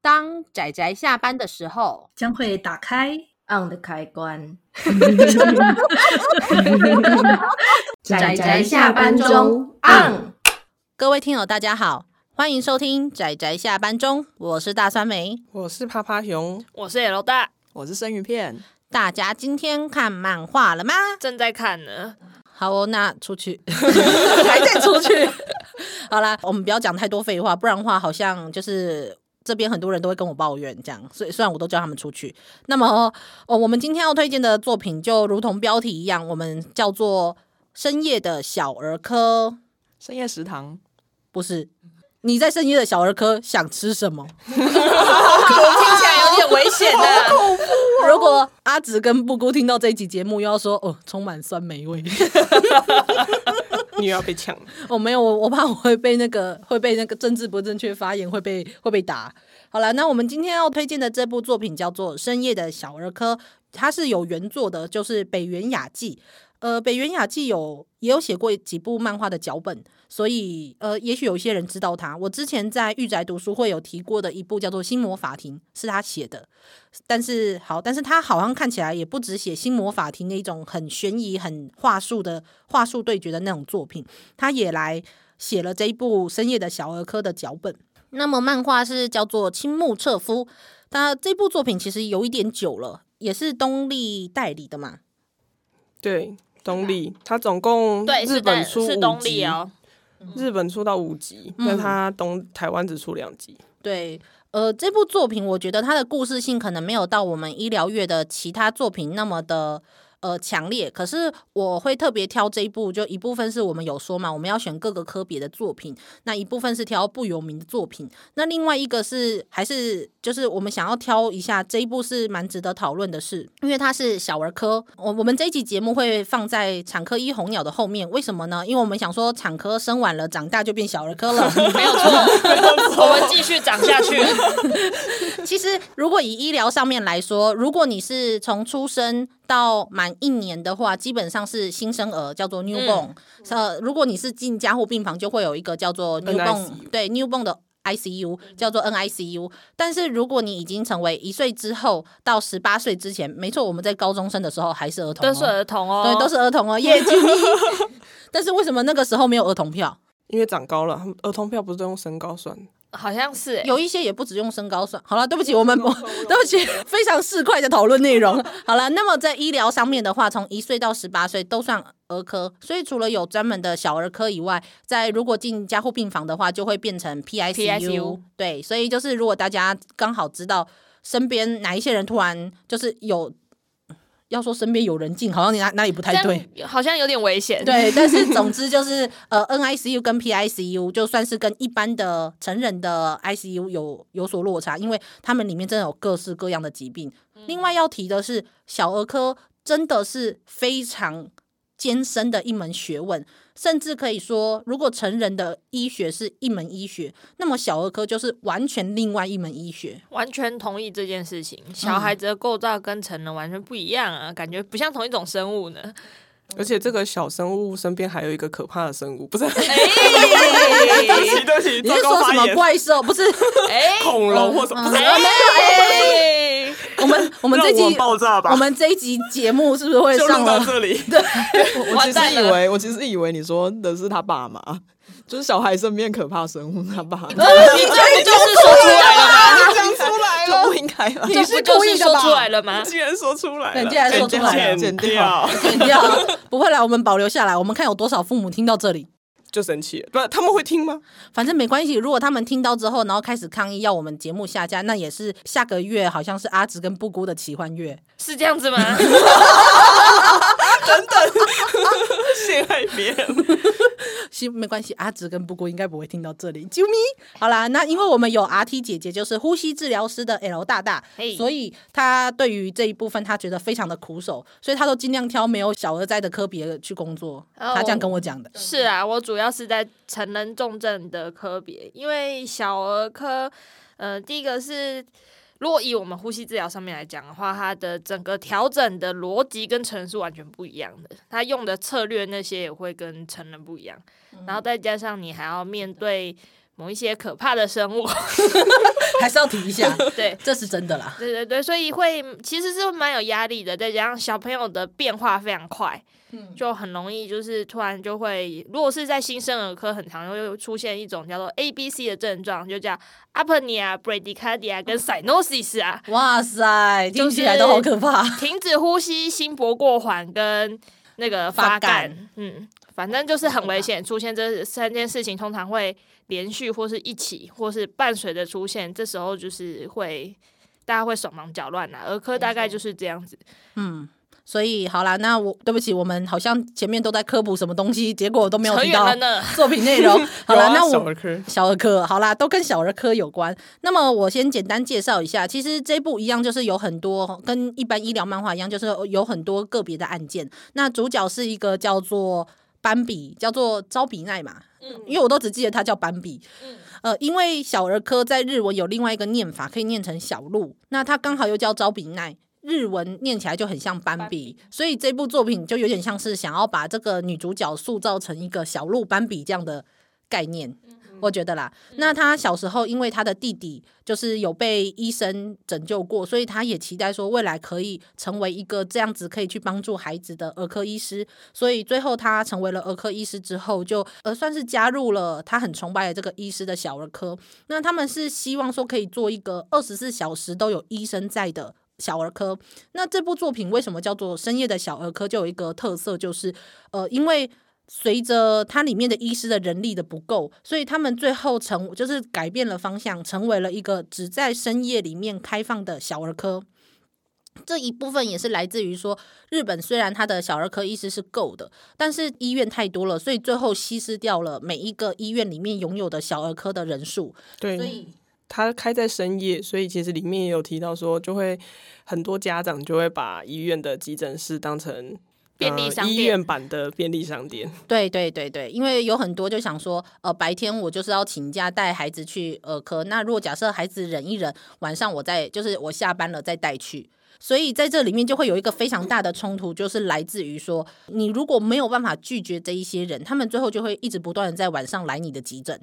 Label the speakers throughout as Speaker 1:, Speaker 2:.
Speaker 1: 当仔仔下班的时候，
Speaker 2: 将会打开
Speaker 3: on 的开关。
Speaker 1: 宅宅下班中按各位听友大家好，欢迎收听仔仔下班中，我是大酸梅。
Speaker 4: 我是趴趴熊，
Speaker 5: 我是 L 大，
Speaker 4: 我是生鱼片，
Speaker 1: 大家今天看漫画了吗？
Speaker 5: 正在看 呢。
Speaker 1: 好哦，那出去，还在出 去。好啦，我们不要讲太多废话，不然的话好像就是这边很多人都会跟我抱怨这样，所以虽然我都叫他们出去。那么哦，我们今天要推荐的作品就如同标题一样，我们叫做《深夜的小儿科》，
Speaker 4: 深夜食堂，
Speaker 1: 不是你在深夜的小儿科想吃什么？
Speaker 5: 听起来有点危险呢。
Speaker 1: 如果阿紫跟布姑听到这一集节目，又要说哦，充满酸梅味。
Speaker 4: 你又要被抢了。
Speaker 1: 我、哦没有，我我怕我会被那个会被那个政治不正确发言会被会被打。好了，那我们今天要推荐的这部作品叫做《深夜的小儿科》，它是有原作的，就是北原雅纪。呃，北原雅纪有也有写过几部漫画的脚本，所以呃，也许有一些人知道他。我之前在御宅读书会有提过的一部叫做《新魔法庭》，是他写的。但是好，但是他好像看起来也不只写《新魔法庭》那种很悬疑、很话术的话术对决的那种作品，他也来写了这一部《深夜的小儿科》的脚本。那么漫画是叫做青木彻夫，他这部作品其实有一点久了，也是东立代理的嘛。
Speaker 4: 对，东立，它总共
Speaker 5: 对，
Speaker 4: 日
Speaker 5: 是
Speaker 4: 本
Speaker 5: 的，
Speaker 4: 出
Speaker 5: 是
Speaker 4: 五
Speaker 5: 东
Speaker 4: 集
Speaker 5: 立，哦。
Speaker 4: 日本出到五集，
Speaker 1: 嗯
Speaker 4: 但它东台湾只出两集。
Speaker 1: 对，呃，这部作品我觉得它的故事性可能没有到我们医疗月的其他作品那么的。呃，强烈。可是我会特别挑这一部，就一部分是我们有说嘛，我们要选各个科别的作品，那一部分是挑不有名的作品，那另外一个是还是就是我们想要挑一下这一部是蛮值得讨论的事，因为它是小儿科。我我们这一集节目会放在产科一红鸟的后面，为什么呢？因为我们想说产科生完了长大就变小儿科了，
Speaker 5: 没有错，我们继续涨下去。
Speaker 1: 其实，如果以医疗上面来说，如果你是从出生到满一年的话，基本上是新生儿，叫
Speaker 5: 嗯
Speaker 1: 做 newborn、呃，如果你是进加护病房，就会有一个叫做 newborn，
Speaker 4: NICU
Speaker 1: 对 newborn 的 ICU 叫做 NICU。但是如果你已经成为一岁之后到十八岁之前，没错，我们在高中生的时候还是儿童、哦，
Speaker 5: 都是儿童哦，
Speaker 1: 对，都是儿童哦，耶！啾咪 但是为什么那个时候没有儿童票？
Speaker 4: 因为长高了，他们儿童票不是都用身高
Speaker 1: 嗯
Speaker 4: 算？
Speaker 5: 好像是欸
Speaker 1: 有一些也不只用身高算。好了，对不起，我们不，对不起，非常市侩的讨论内容。好了，那么在医疗上面的话，从一岁到十八岁都算儿科，所以除了有专门的小儿科以外，在如果进加护病房的话，就会变成 PICU
Speaker 5: PICU。
Speaker 1: 对，所以就是如果大家刚好知道身边哪一些人突然就是有。要说身边有人进，好像你哪哪里不太对，
Speaker 5: 这样好像有点危险。
Speaker 1: 对，但是总之就是呃，NICU 跟 PICU 就算是跟一般的成人的 ICU 有有所落差，因为他们里面真的有各式各样的疾病。
Speaker 4: 嗯
Speaker 1: 另外要提的是，小儿科真的是非常艰深的一门学问，甚至可以说，如果成人的医学是一门医学，那么小儿科就是完全另外一门医学。
Speaker 5: 完全同意这件事情。小孩子的构造跟成人完全不一样啊，感觉不像同一种生物呢。
Speaker 4: 而且这个小生物身边还有一个可怕的生物，不是？对不
Speaker 5: 哎
Speaker 4: 起，对不起，
Speaker 1: 哎你是
Speaker 4: 糟糕
Speaker 1: 说什
Speaker 4: 发
Speaker 1: 么
Speaker 4: 言
Speaker 1: 怪兽？不是，
Speaker 5: 哎
Speaker 4: 恐龙或什么？不是
Speaker 5: 哎，
Speaker 1: 我们我们这
Speaker 4: 让我
Speaker 1: 集
Speaker 4: 爆炸吧！
Speaker 1: 我们这一集节目是不是会
Speaker 4: 就
Speaker 1: 上
Speaker 4: 录
Speaker 1: 了
Speaker 4: 到？这里。
Speaker 6: 我我
Speaker 5: 完
Speaker 6: 其
Speaker 5: 蛋
Speaker 6: 实以
Speaker 5: 了
Speaker 6: 为，我其实以为你说的是他爸妈，就是小孩身边可怕生物他 爸，
Speaker 5: 你这不就是说出来了吗？
Speaker 6: 你讲出
Speaker 4: 哎
Speaker 6: 来了，就不应该吧？
Speaker 5: 啊这不就是说出来了吗？
Speaker 4: 竟然说出来
Speaker 1: 对
Speaker 4: 了，哎
Speaker 1: 竟然说出来
Speaker 6: 了
Speaker 4: 剪
Speaker 6: 剪掉
Speaker 4: 掉，
Speaker 1: 剪掉，不会啦，我们保留下来，我们看有多少父母听到这里。
Speaker 4: 就生气了。不，他们会听吗？
Speaker 1: 反正没关系，如果他们听到之后，然后开始抗议要我们节目下架，那也是下个月好像是阿直跟布姑的奇幻月。
Speaker 5: 是这样子吗？
Speaker 4: 陷害别人。
Speaker 1: 是没关系，阿直跟布姑应该不会听到这里。啾咪，好啦，那因为我们有 RT 姐姐，就是呼吸治疗师的 L 大大
Speaker 5: 嘿
Speaker 1: 所以她对于这一部分她觉得非常的苦手，所以她都尽量挑没有小儿在的科别去工作。
Speaker 5: 哦
Speaker 1: 她这样跟我 讲的。
Speaker 5: 是啊，我主要是在成人重症的科别，因为小儿科，呃，第一个是。如果以我们呼吸治疗上面来讲的话，它的整个调整的逻辑跟成人是完全不一样的，它用的策略那些也会跟成人不一样，然后再加上你还要面对某一些可怕的生物。
Speaker 1: 还是要提一下，
Speaker 5: 对，
Speaker 1: 这是真的啦。
Speaker 5: 对对对，所以会其实是蛮有压力的，再加上小朋友的变化非常快，
Speaker 1: 嗯
Speaker 5: 就很容易就是突然就会，如果是在新生儿科，很常会出现一种叫做 A B C 的症状，就叫 apnea、bradycardia 跟 cyanosis 啊，
Speaker 1: 哇塞，
Speaker 5: 就
Speaker 1: 听
Speaker 5: 是
Speaker 1: 起来都好可怕。
Speaker 5: 停止呼吸、心搏过缓跟那个发
Speaker 1: 发
Speaker 5: 感，
Speaker 1: 干
Speaker 5: 嗯，反正就是很危险。出现这三件事情，通常会连续或是一起，或是伴随着出现，这时候就是会大家会手忙脚乱啦。儿科大概就是这样子，
Speaker 1: 嗯，所以好啦，那我对不起，我们好像前面都在科普什么东西，结果都没有
Speaker 5: 扯
Speaker 1: 提
Speaker 5: 远
Speaker 1: 到
Speaker 5: 了呢。
Speaker 1: 作品内 容。好啦，
Speaker 4: 有啊
Speaker 1: 那
Speaker 4: 小
Speaker 1: 我
Speaker 4: 儿科
Speaker 1: 小儿科，好啦，都跟小儿科有关。那么我先简单介绍一下，其实这部一样就是有很多跟一般医疗漫画一样，就是有很多个别的案件。那主角是一个叫做斑比，叫做招比奈嘛。因为我都只记得它叫斑比，呃，因为小儿科在日文有另外一个念法，可以念成小鹿，那它刚好又叫招比奈，日文念起来就很像斑比，所以这部作品就有点像是想要把这个女主角塑造成一个小鹿斑比这样的概念。我觉得啦，那他小时候因为他的弟弟就是有被医生拯救过，所以他也期待说未来可以成为一个这样子可以去帮助孩子的儿科医师。所以最后他成为了儿科医师之后，就呃算是加入了他很崇拜的这个医师的小儿科。那他们是希望说可以做一个二十四小时都有医生在的。小儿科，那这部作品为什么叫做《深夜的小儿科》？就有一个特色，就是呃，因为随着它里面的医师的人力的不够，所以他们最后成就是改变了方向，成为了一个只在深夜里面开放的小儿科。这一部分也是来自于说，日本虽然它的小儿科医师是够的，但是医院太多了，所以最后稀释掉了每一个医院里面拥有的小儿科的人数。所
Speaker 4: 对，
Speaker 1: 以，
Speaker 4: 它开在深夜，所以其实里面也有提到说，就会很多家长就会把医院的急诊室当成。
Speaker 5: 便利商
Speaker 4: 呃、医
Speaker 5: 店
Speaker 4: 院版的便利商店，
Speaker 1: 对对对对，因为有很多就想说，呃，白天我就是要请假带孩子去儿科，那如果假设孩子忍一忍，晚上我再就是我下班了再带去。所以在这里面就会有一个非常大的冲突，就是来自于说，你如果没有办法拒绝这一些人，他们最后就会一直不断的在晚上来你的急诊，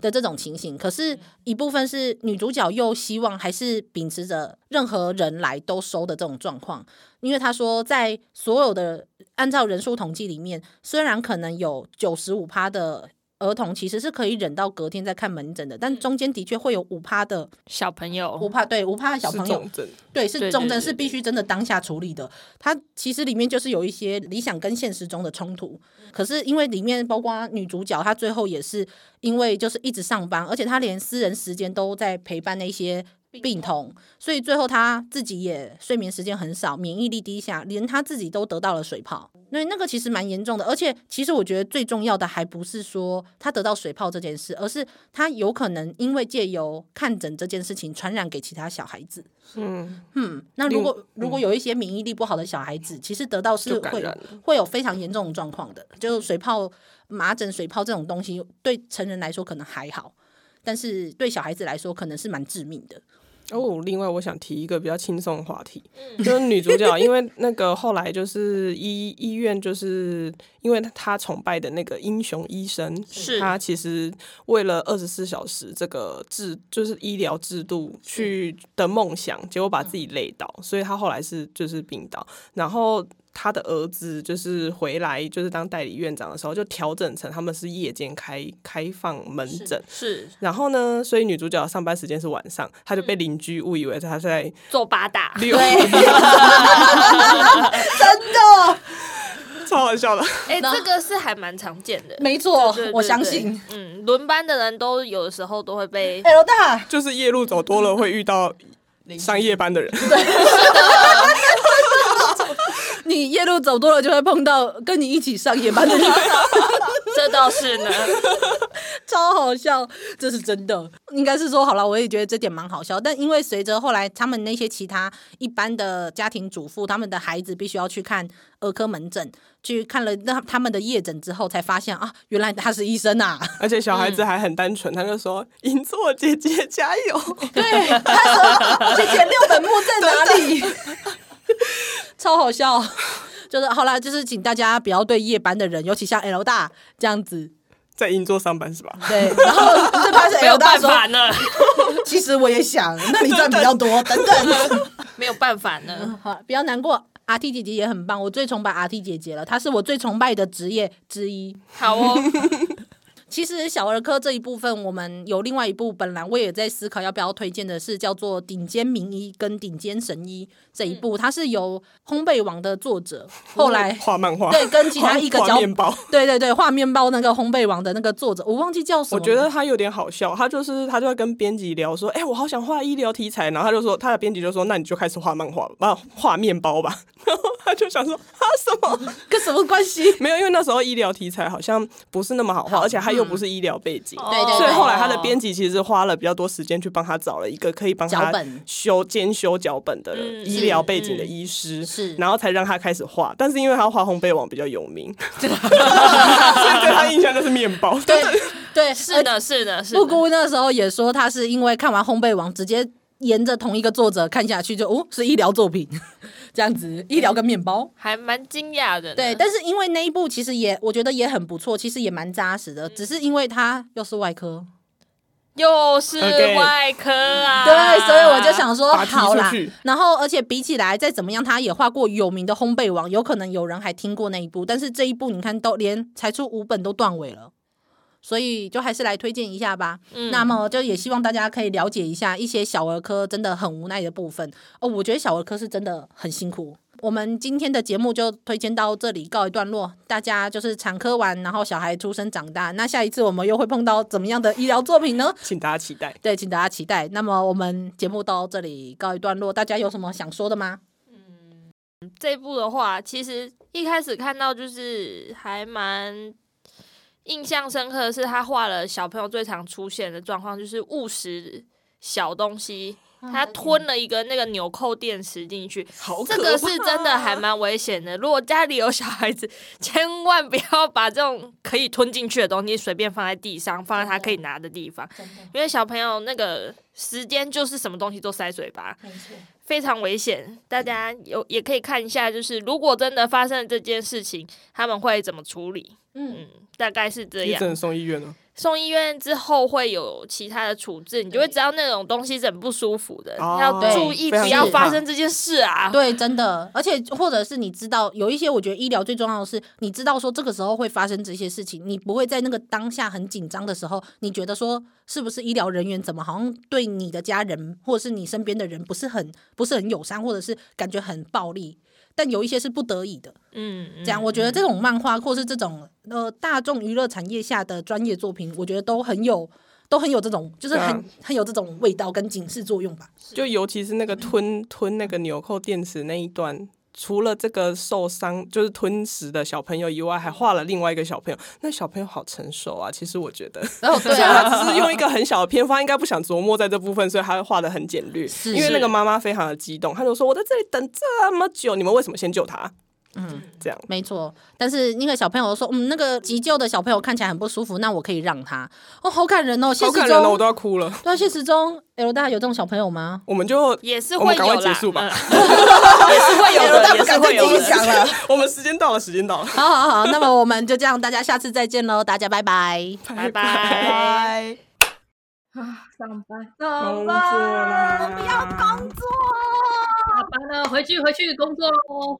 Speaker 1: 的这种情形。可是，一部分是女主角又希望还是秉持着任何人来都收的这种状况，因为她说，在所有的按照人数统计里面，虽然可能有九十五趴的。儿童其实是可以忍到隔天再看门诊的，
Speaker 5: 嗯
Speaker 1: 但中间的确会有五趴的
Speaker 5: 小朋
Speaker 1: 五
Speaker 5: 友，
Speaker 1: 趴对五趴的小
Speaker 4: 是
Speaker 1: 朋友
Speaker 4: 重症，
Speaker 1: 对，
Speaker 5: 对
Speaker 1: 是
Speaker 5: 对
Speaker 1: 重症，
Speaker 5: 对
Speaker 1: 是必须真的当下处理的。它其实里面就是有一些理想跟现实中的冲突，
Speaker 5: 嗯
Speaker 1: 可是因为里面包括女主角，她最后也是因为就是一直上班，而且她连私人时间都在陪伴那些。病童，所以最后她自己也睡眠时间很少，免疫力低下，连她自己都得到了水泡。那那个其实蛮严重的，而且其实我觉得最重要的还不是说她得到水泡这件事，而是她有可能因为借由看诊这件事情传染给其他小孩子。
Speaker 4: 嗯，
Speaker 1: 嗯，那如
Speaker 4: 另
Speaker 1: 果如果有一些免疫力不好的小孩子，其实得到是
Speaker 4: 就感
Speaker 1: 会
Speaker 4: 染
Speaker 1: 会有非常严重的状况的，就是水泡、麻疹、水泡这种东西，对成人来说可能还好，但是对小孩子来说可能是蛮致命的。
Speaker 4: 哦，另外我想提一个比较轻松的话题，
Speaker 5: 嗯
Speaker 4: 就是女主角， 因为那个后来就是医医院，就是因为她崇拜的那个英雄医生，
Speaker 5: 是
Speaker 4: 她其实为了二十四小时这个制，就是医疗制度去的梦想，结果把自己累倒，所以她后来是就是病倒，然后。她的儿子就是回来，就是当代理院长的时候，就调整成他们是夜间开开放门诊，
Speaker 5: 是
Speaker 4: 然后呢，所以女主角上班时间是晚上，她就被邻居误以为她在
Speaker 5: 做八大，
Speaker 4: 遛，
Speaker 1: 嗯
Speaker 4: 超好笑的。
Speaker 5: 哎、这个是还蛮常见的。
Speaker 1: 没错
Speaker 5: 对，
Speaker 1: 我
Speaker 5: 对
Speaker 1: 相
Speaker 5: 对
Speaker 1: 信。
Speaker 5: 嗯，轮班的人都有的时候都会被
Speaker 1: L 大，
Speaker 4: 就是夜路走多了会遇到上夜班的人，
Speaker 1: 你夜路走多了就会碰到跟你一起上夜班的人，
Speaker 5: 这倒是 呢，
Speaker 1: 超好笑，这是真的。应该是说好了，我也觉得这点蛮好笑。但因为随着后来他们那些其他一般的家庭主妇，他们的孩子必须要去看儿科门诊，去看了那他们的夜诊之后，才发现啊，原来他是医生啊。
Speaker 4: 而且小孩子还很单纯，他就说：“银座姐姐加油
Speaker 1: 对，他 说姐姐六本木在哪里？ 超好笑。就是好啦，就是请大家不要对夜班的人，尤其像 L 大这样子，
Speaker 4: 在银座上班是吧？
Speaker 1: 对，然后这拍是
Speaker 5: 没
Speaker 1: L
Speaker 5: 有
Speaker 1: 大
Speaker 5: 办
Speaker 1: 说，
Speaker 5: 法呢，
Speaker 1: 其实我也想，那你赚比较多，等等。
Speaker 5: 没有办法呢。
Speaker 1: 好，不要难过。R T 姐姐也很棒，我最崇拜 R T 姐姐了，她是我最崇拜的职业之一。
Speaker 5: 好哦，
Speaker 1: 其实小儿科这一部分，我们有另外一部，本来我也在思考要不要推荐的是叫做《顶尖名医》跟《顶尖神医》这一部，它是由烘焙王的作 者后来
Speaker 4: 画漫画，
Speaker 1: 对跟其他一个
Speaker 4: 画
Speaker 1: 脚
Speaker 4: 画面包。
Speaker 1: 对对对画面包那个烘焙王的那个作者，我忘记叫什么
Speaker 4: 我
Speaker 1: 了，
Speaker 4: 觉得他有点好笑，他就是他就在跟编辑聊说，哎、我好想画医疗题材，然后他就说他的编辑就说，那你就开始画漫画吧，啊画面包吧， 然后他就想说啊什么
Speaker 1: 跟什么关 系？
Speaker 4: 没有，因为那时候医疗题材好像不是那么好画，而且他又不
Speaker 5: 嗯
Speaker 4: 是医疗背景，
Speaker 5: 哦
Speaker 1: 对对
Speaker 4: 所以后来他的编辑其实花了比较多时间去帮他找了一个可以帮
Speaker 1: 脚
Speaker 4: 他
Speaker 1: 本
Speaker 4: 修兼修脚本的
Speaker 5: 嗯
Speaker 4: 医
Speaker 1: 是
Speaker 4: 疗背景的医师，
Speaker 1: 是
Speaker 4: 然后才让他开始画。但是因为他画烘焙网比较有 名，所以对他印象就是面包。
Speaker 1: 对对，
Speaker 5: 是的，是的，是
Speaker 1: 布
Speaker 5: 的。
Speaker 1: 姑那时候也说，她是因为看完《烘焙王》，直接沿着同一个作者看下去就，哦，是医疗作品， 这样子，医疗跟面包。
Speaker 5: 还蛮惊讶的呢，
Speaker 1: 对，但是因为那一部其实也，我觉得也很不错，其实也蛮扎实的，只是因为它又是外科，
Speaker 5: 又是
Speaker 4: OK
Speaker 5: 外科啊，
Speaker 1: 对，所以我就想说，
Speaker 4: 把它踢
Speaker 1: 好啦
Speaker 4: 出去，
Speaker 1: 然后而且比起来，再怎么样，他也画过有名的《烘焙王》，有可能有人还听过那一部，但是这一部你看都连才出五本都断尾了。所以就还是来推荐一下吧。
Speaker 5: 嗯
Speaker 1: 那么就也希望大家可以了解一下一些小儿科真的很无奈的部分哦。我觉得小儿科是真的很辛苦。我们今天的节目就推荐到这里告一段落。大家就是产科完，然后小孩出生长大，那下一次我们又会碰到怎么样的医疗作品呢？
Speaker 4: 请大家期待。
Speaker 1: 对，请大家期待。那么我们节目到这里告一段落，大家有什么想说的吗？
Speaker 5: 这一部的话，其实一开始看到就是还蛮印象深刻的是，他画了小朋友最常出现的状况，就是误食小东西。
Speaker 1: 嗯
Speaker 5: 他吞了一个那个纽扣电池进去，
Speaker 4: 好
Speaker 5: 这个是真的还蛮危险的。如果家里有小孩子，千万不要把这种可以吞进去的东西随便放在地上，放在他可以拿的地方，因为小朋友那个时间就是什么东西都塞嘴巴，
Speaker 1: 嗯
Speaker 5: 非常危险。大家有也可以看一下，就是如果真的发生了这件事情，他们会怎么处理？
Speaker 1: 嗯，
Speaker 5: 嗯，大概是这
Speaker 4: 你
Speaker 5: 样
Speaker 4: 只。能送医院了。
Speaker 5: 送医院之后会有其他的处置，你就会知道那种东西是很不舒服的，
Speaker 4: 哦
Speaker 5: 要注意
Speaker 4: 对
Speaker 5: 不要
Speaker 1: 非常可
Speaker 4: 怕
Speaker 5: 发生这件事啊。
Speaker 1: 对，真的，而且或者是你知道有一些，我觉得医疗最重要的是，你知道说这个时候会发生这些事情，你不会在那个当下很紧张的时候，你觉得说是不是医疗人员怎么好像对你的家人或者是你身边的人不是很不是很友善，或者是感觉很暴力。但有一些是不得已的，
Speaker 5: 嗯，嗯
Speaker 1: 这样我觉得这种漫画或是这种呃大众娱乐产业下的专业作品，我觉得都很有都很有这种，就是很、
Speaker 4: 对啊
Speaker 1: 很有这种味道跟警示作用吧。
Speaker 4: 就尤其是那
Speaker 1: 嗯
Speaker 4: 个吞吞那个纽扣电池那一段，除了这个受伤就是吞食的小朋友以外，还画了另外一个小朋友。那小朋友好成熟啊，其实我觉得，
Speaker 1: 然后对啊
Speaker 4: 虽然他只是用一个很小的篇幅，他应该不想琢磨在这部分，所以他画的很简略。因为那个妈妈非常的激动，她就说：“我在这里等这么久，你们为什么先救他？”嗯，这样
Speaker 1: 没错，但是因为小朋友说，嗯，那个急救的小朋友看起来很不舒服，那我可以让他。哦，好感人哦，现
Speaker 4: 好
Speaker 1: 实
Speaker 4: 感人哦，我
Speaker 1: 中，
Speaker 4: 都要哭了。
Speaker 1: 对啊，现实中 L 大有这种小朋友吗？
Speaker 4: 我们就
Speaker 5: 也是
Speaker 4: 我
Speaker 5: 会
Speaker 4: 们
Speaker 5: 有
Speaker 4: 赶
Speaker 5: 啦，
Speaker 4: 快结束吧
Speaker 5: 嗯 也是会有
Speaker 1: 哎
Speaker 5: 的，也是会有的。
Speaker 1: 讲了。
Speaker 4: 我们时间到了，时间到 了，
Speaker 1: 好好好，那么我们就这样，大家下次再见喽，大家拜拜。
Speaker 5: 拜
Speaker 6: 拜
Speaker 5: 拜。
Speaker 6: 拜。
Speaker 4: 工作啦，
Speaker 2: 好吧呢，回去回去工作喽。